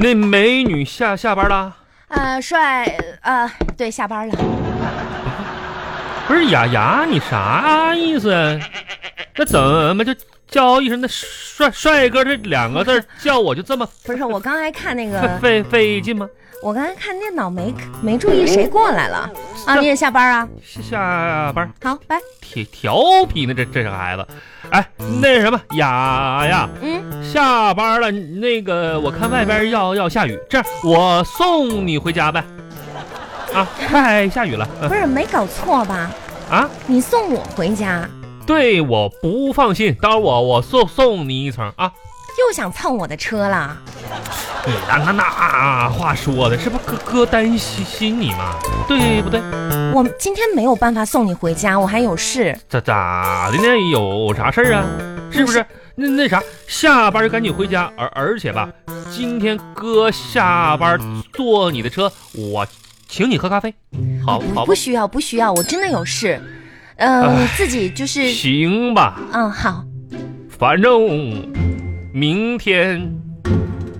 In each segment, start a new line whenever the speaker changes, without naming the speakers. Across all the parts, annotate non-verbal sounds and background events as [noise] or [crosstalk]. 那美女下下班啦？
呃，帅，呃，对，下班了。
不是雅雅，你啥意思 [laughs] 啊？那怎么就叫一声那帅帅哥这两个字儿叫我就这么
不是，我刚才看那
费 [laughs] 费
个，
费劲吗？
我刚才看电脑没没注意谁过来了啊？你也下班啊？
下下班
好，拜。
挺调皮呢，这这小孩子。哎，那什么雅雅，
嗯，
下班了，那个我看外边要要下雨，这样我送你回家呗。啊，快下雨了，嗯
不是没搞错吧？
啊，
你送我回家，
对我不放心，待会儿我我送送你一程啊。
又想蹭我的车了？
你哎那那那话说的，这不哥哥担心心你吗？对不对？
我今天没有办法送你回家，我还有事。
咋咋的呢？有啥事儿啊？是不是？那那啥，下班就赶紧回家。而而且吧，今天哥下班坐你的车，我请你喝咖啡，好好
不
不？
需要，不需要，我真的有事。呃，
唉
你自己就是，
行吧，
嗯，好，
反正明天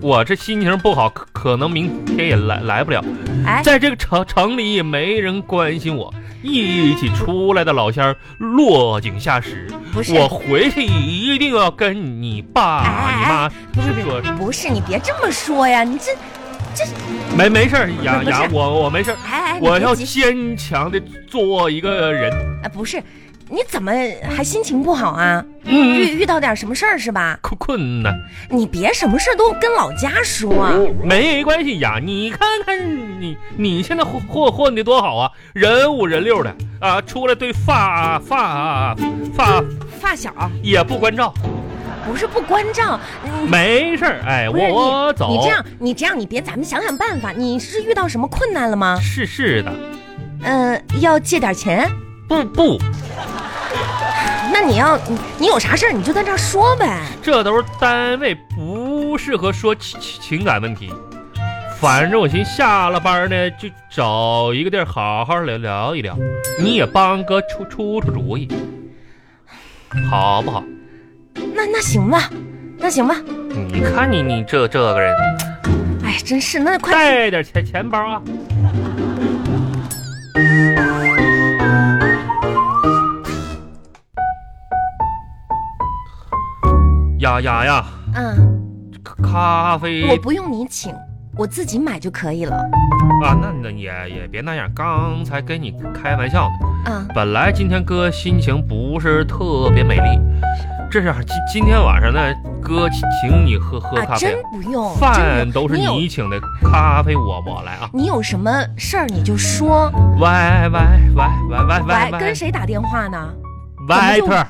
我这心情不好，可可能明天也来来不了。
哎，
在这个城城里也没人关心我，一起出来的老乡落井下石，
不是，
我回去一定要跟你爸、你妈
哎不是，不
说，
是，不是，你别这么说呀，你这，
没没事儿，雅
不是
雅，我我没事儿，
哎哎，你
我
别
要
急，
坚强的做一个人。
哎，不是，你怎么还心情不好啊？
嗯，
遇遇到点什么事儿是吧？
困困难
你别什么事都跟老家说
哦
啊。
没关系呀，你看看你你现在混混混的多好啊，人五人六的啊，出来对发发发
发小
也不关照，
不是不关照，你
没事儿，哎，
不是
我
你
走。
你这样，你这样，你别，咱们想想办法。你是遇到什么困难了吗？
是是的，
嗯，要借点钱？
不不，
那你要你你有啥事儿你就在这儿说呗。
这都是单位不适合说情情感问题。反正我寻思下了班呢，就找一个地儿好好聊聊一聊，你也帮哥出出出主意，好不好？
那那行吧，那行吧。
你看你你这这个人，
哎，真是，那快
带点钱钱包啊！呀呀呀！
嗯，
咖啡
我不用你请，我自己买就可以了。
啊，那那也也别那样，刚才跟你开玩笑呢。
嗯，
本来今天哥心情不是特别美丽，这样今今天晚上呢，哥请请你喝喝
啊，
咖啡
真，不用，
饭
真不
都
用
是
你有
你请的，咖啡我我来啊。
你有什么事儿你就说。
喂喂喂喂喂
喂
喂，喂，
跟谁打电话呢？
喂特儿，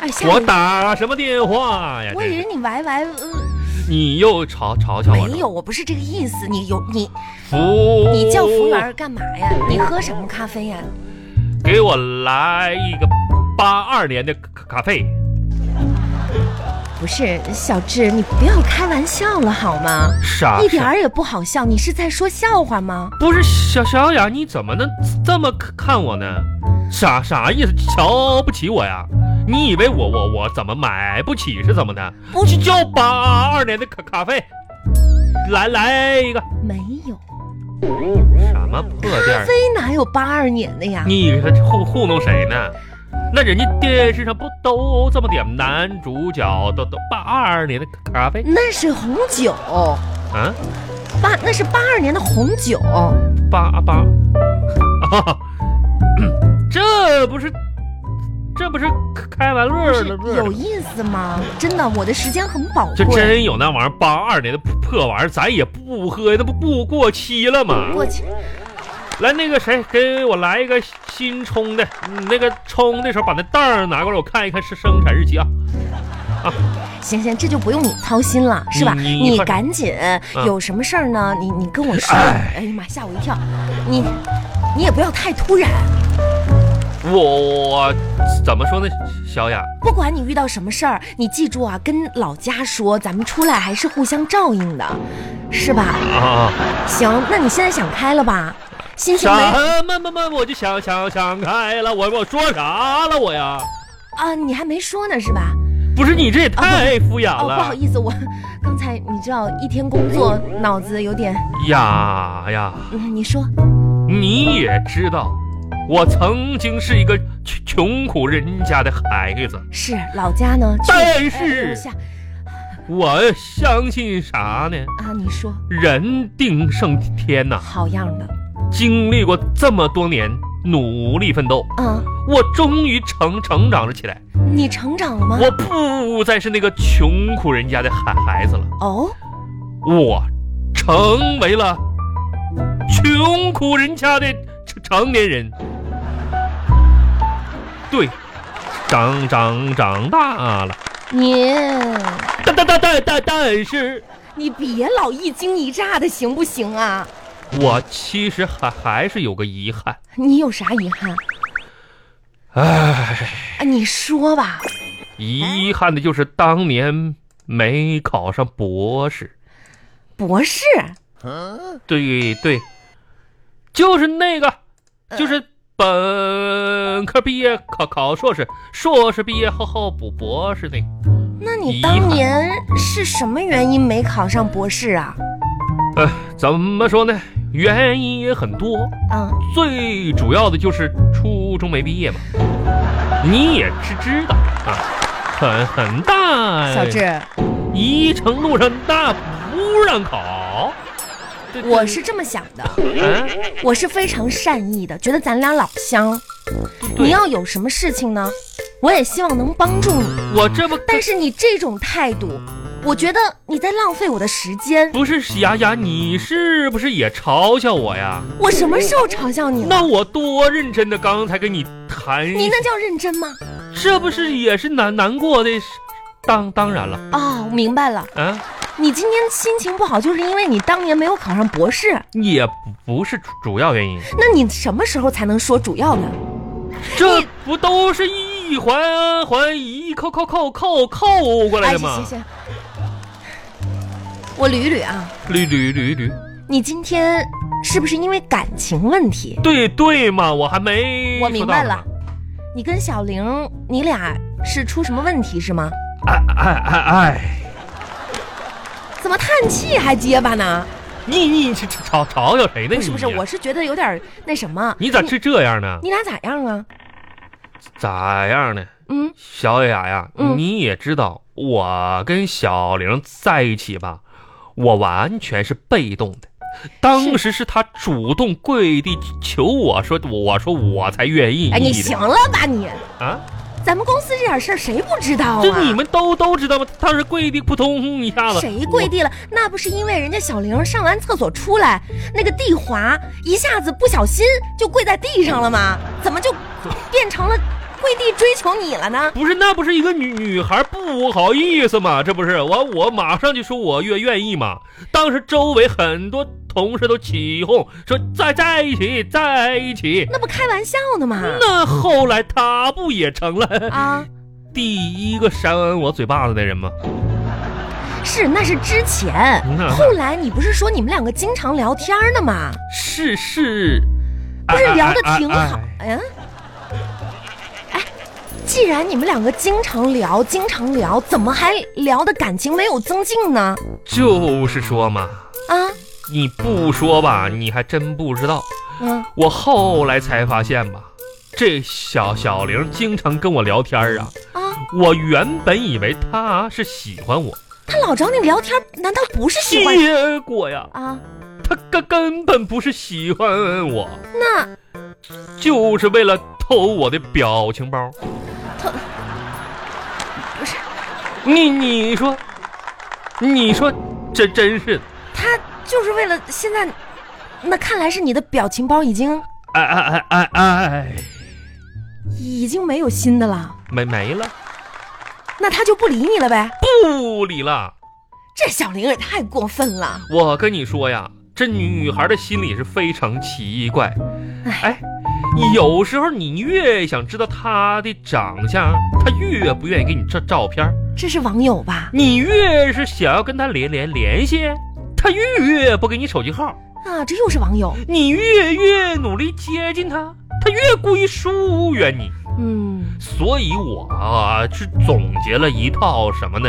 哎，下
我
一
打什么电话呀？
我以
这
为
是
你喂喂，呃
你又嘲嘲笑我了
没有，，我不是这个意思。你有你
服
你叫服务员儿干嘛呀？你喝什么咖啡呀？
给我来一个八二年的咖咖啡。
不是小智，你不要开玩笑了好吗？
啥？
一点儿也不好笑，你是在说笑话吗？
不是小小雅，你怎么能这么看我呢？啥啥意思？瞧不起我呀？你以为我我我怎么买不起是怎么的？
不
就叫八二年的咖咖啡，来来一个
没有，
什么破店
咖
儿
啡？哪有八二年的呀？
哎你糊糊弄谁呢？那人家电视上不都这么点？男主角都都八二年的咖啡，
那是红酒，
啊，
八那是八二年的红酒。
八八， [laughs] 啊，这不是这不是开玩乐
不
儿
是
了？
有意思吗？真的，我的时间很宝
这
贵。
真有那玩意儿，八二年的破玩意儿，咱也不喝，那不不过期了吗？
过去，
来，那个谁，给我来一个新冲的，嗯那个冲的时候把那袋儿拿过来，我看一看是生产日期啊。
行行，这就不用你操心了，是吧？
嗯你
你
你放嗯
赶紧、有什么事儿呢？你你跟我说。
哎
哎呀妈，吓我一跳！你你也不要太突然。
我怎么说呢，小雅，
不管你遇到什么事儿，你记住啊，跟老家说，咱们出来还是互相照应的，是吧？
啊，
行，那你现在想开了吧？心
什
情没
么么么，我就想想想开了，我我说啥了我呀？
啊？你还没说呢是吧？
不是你这也太敷衍
哦，不好
了
意思，我刚才你知道一天工作脑子有点……
呀呀！
嗯，你说，
你也知道，我曾经是一个穷穷苦人家的孩子，
是老家呢？去
但
哎
是
留下
我相信啥呢？
啊，你说，
人定胜天呐、
好样的，
经历过这么多年努力奋斗，
嗯，
我终于成成长了起来。
你成长了吗？
我不再是那个穷苦人家的孩孩子了，
哦，
我成为了穷苦人家的成成年人。对，长长长大了，
你
但但但但但但是，
你别老一惊一乍的，行不行啊？
我其实还还是有个遗憾。
你有啥遗憾
唉，
啊？你说吧。
遗憾的就是当年没考上博士。
博士，
对对，就是那个，就是本科毕业考考硕士，硕士毕业后后补博士那个。
那
遗
你
憾
当年是什么原因没考上博士啊？
呃，怎么说呢？原因也很多，
啊、
最主要的就是初中没毕业嘛。你也知知道啊，很很大。
小志，
宜城路上那不让考。对
我是这么想的，
嗯，
我是非常善意的，觉得咱俩老乡，
对
你要有什么事情呢，我也希望能帮助你。
我这不
但是你这种态度，我觉得你在浪费我的时间。
不是雅雅，你是不是也嘲笑我呀？
我什么时候嘲笑你了？
那我多认真的刚才跟你谈，
你那叫认真吗？
这不是也是难难过的事？当当然了
哦，明白了，
啊，
你今天心情不好，就是因为你当年没有考上博士。
也不是主主要原因，
那你什么时候才能说主要呢？
这不都是一环环一扣扣扣扣扣过来
哎，
的
行行
吗？
行，我捋一捋啊，
捋捋捋捋，
你今天是不是因为感情问题？
对对嘛，我还没
我明
说到
白
呢
了，你跟小玲，你俩是出什么问题是吗？
哎哎哎哎，
怎么叹气还结巴呢？
你你是嘲嘲笑谁呢？
不是不是，
你
我是觉得有点那什么。
你咋是这样呢？
你俩咋样啊？
咋样呢？
嗯，
小雅呀，
嗯
你也知道，我跟小玲在一起吧，我完全是被动的。当时是她主动跪地求我说，我说我才愿意。
哎，你行了吧你？
啊？
咱们公司这点事儿谁不知道啊？
这你们都都知道吗？当时跪地扑通一下子，
谁跪地了？那不是因为人家小玲上完厕所出来，那个地滑，一下子不小心就跪在地上了吗？怎么就变成了跪地追求你了呢
我？？不是，那不是一个女女孩不好意思吗？这不是我，我马上就说我愿愿意嘛。当时周围很多同事都起哄说在在一起，在一起。
那不开玩笑呢吗？
[laughs] 那后来他不也成了
啊，
第一个扇我嘴巴子的人吗？
是，那是之前。
那
后来你不是说你们两个经常聊天呢吗？
是是，
不是
哎
聊得挺好
哎哎
呀？哎，既然你们两个经常聊，经常聊，怎么还聊的感情没有增进呢？
哎就是说嘛，
啊，
你不说吧，你还真不知道。
嗯，
我后来才发现吧，这小小玲经常跟我聊天儿啊。
啊，
我原本以为她是喜欢我，
他老找你聊天，难道不是喜欢
结果呀，
啊？
她根根本不是喜欢我，
那
就是为了偷我的表情包。
偷不是
你你说，你说，这真是的，
他就是为了现在，那看来是你的表情包已经
哎哎哎哎哎，
已经没有新的了，
没没了，
那他就不理你了呗？
不理了。
这小玲也太过分了。
我跟你说呀，这女孩的心理是非常奇怪。哎，有时候你越想知道她的长相，她越不愿意给你照照片儿；
这是网友吧？
你越是想要跟她联联联系，她越不给你手机号；
啊，这又是网友。
你越越努力接近她，他越故意疏远你。
嗯
所以我啊是总结了一套什么呢？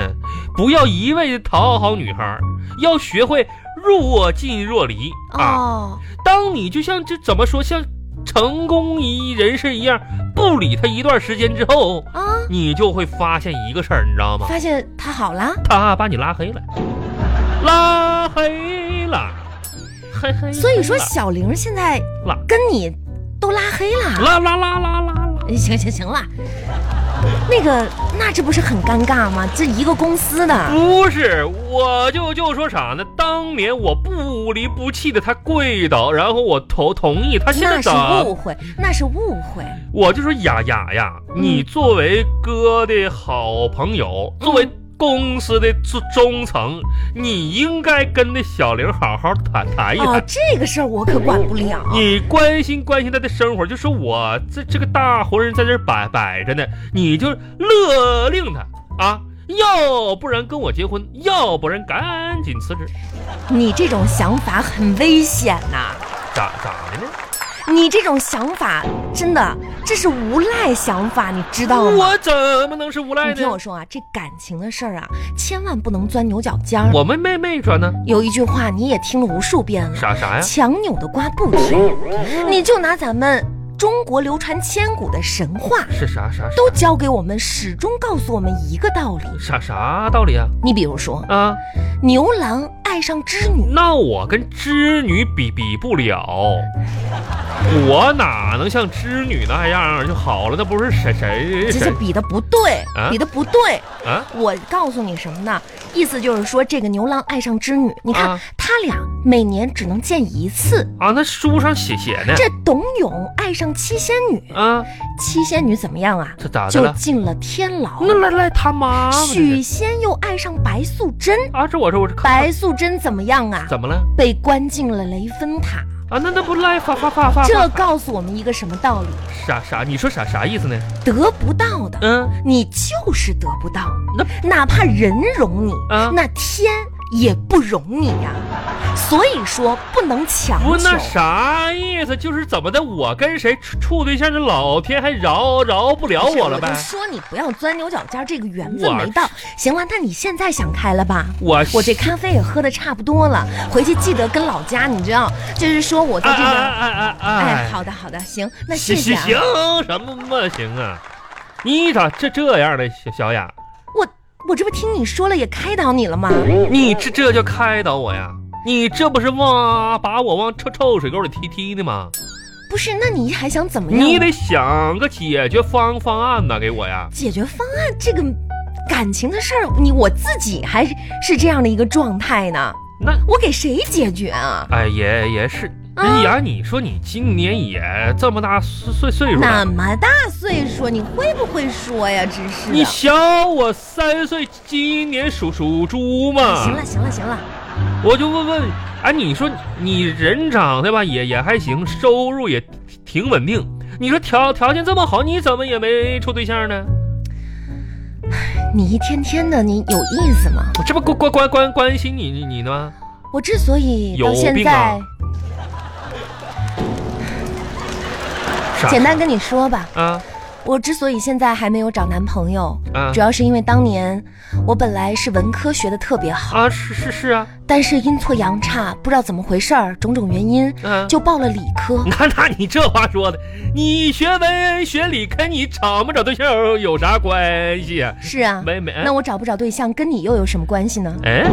不要一味的讨好女孩儿，要学会若近若离啊。
哦，
当你就像这怎么说，像成功一人士一样，不理他一段时间之后，
啊，
你就会发现一个事儿，你知道吗？
发现他好了，
他把你拉黑了，拉黑了，嘿嘿。
所以说
嘿了
小玲现在
拉
跟你都拉黑了。
拉拉拉拉拉拉，
哎行行行了，那个那这不是很尴尬吗？这一个公司的，
不是，我就就说啥呢？当年我不离不弃的，他跪倒，然后我同同意他现在
那是
咋？
误会，那是误会。
我就说雅雅呀，
嗯
你作为哥的好朋友，作为
嗯
公司的中中层，你应该跟那小玲好好谈谈一
哦
谈。，
这个事儿我可管不了。
你关心关心她的生活，就说我这这个大活人在这儿摆摆着呢，你就勒令她啊，要不然跟我结婚，要不然赶紧辞职，
你这种想法很危险呐、
咋咋的呢？
你这种想法真的这是无赖想法，你知道吗？
我怎么能是无赖
你听
呢
我？说啊，这感情的事儿啊，千万不能钻牛角尖儿。
我们没没转呢，
有一句话你也听了无数遍了，
啥啥呀？
强扭的瓜不甜。你就拿咱们中国流传千古的神话，
是啥啥
都教给我们，始终告诉我们一个道理。
啥啥道理啊？
你比如说，
啊，
牛郎爱上织女，
那我跟织女比比不了，我哪能像织女那样就好了？那不是谁谁 [laughs]
这是
谁
比的不对，
啊
比的不对。
啊？
我告诉你什么呢？意思就是说，这个牛郎爱上织女，你看、
啊
他俩每年只能见一次。
啊，那书上写写呢。
这董永爱上七仙女，
啊，
七仙女怎么样啊？
这咋的
就
了？
进了天牢。
那来来他妈吗？这
许
是
仙又爱上白素贞，
啊，这我这我这
白素贞怎么样啊？
怎么了？
被关进了雷峰塔。
啊，那那不赖发发发发
这告诉我们一个什么道理？
啥啥？你说啥啥意思呢？
得不到的，
嗯，
你就是得不到。
那
哪怕人容你，
啊
那天也不容你呀、所以说不能强
不
求
那。啥意思？就是怎么的？我跟谁处处对象，这老天还饶饶不了
不是
我了呗
就？说你不要钻牛角尖儿，这个缘分
我
没到。行了，那你现在想开了吧？
我
我这咖啡也喝的差不多了，回去记得跟老家，你知道，就是说我在
哎
这边。
哎哎哎
哎，
哎，
好的好的，行，那谢
行
谢
行
啊。
行什么嘛行啊？你咋这这样的小小雅？
我我这不听你说了，也开导你了吗？
你这这叫开导我呀？你这不是往把我往臭臭水沟里踢踢呢吗？
不是，那你还想怎么样？
你得想个解决方方案呐、给我呀！
解决方案这个感情的事儿，你我自己还是是这样的一个状态呢，
那
我给谁解决啊？
哎也也是，
啊
哎呀，你说你今年也这么大岁岁岁数了，
那么大岁数，你会不会说呀？真是啊的
你小我三岁，今年属属猪嘛？
行啊了行了行了，
我就问问，哎，你说你人长对吧，也也还行，收入也挺稳定。你说条条件这么好，你怎么也没处对象呢？
你一天天的，你有意思吗？
我这不关关关关关心你你你呢吗？
我之所以到
有
现
病
在
啊，啥
简单跟你说吧，
啊
我之所以现在还没有找男朋友，
啊
主要是因为当年我本来是文科学的特别好，
啊是是是啊，
但是阴错阳差，不知道怎么回事儿，种种原因
嗯
就报了理科。
那那 [laughs] 你这话说的，你学文学理跟你找没找对象有啥关系啊？
是啊，
没没
那我找不找对象跟你又有什么关系呢？
哎，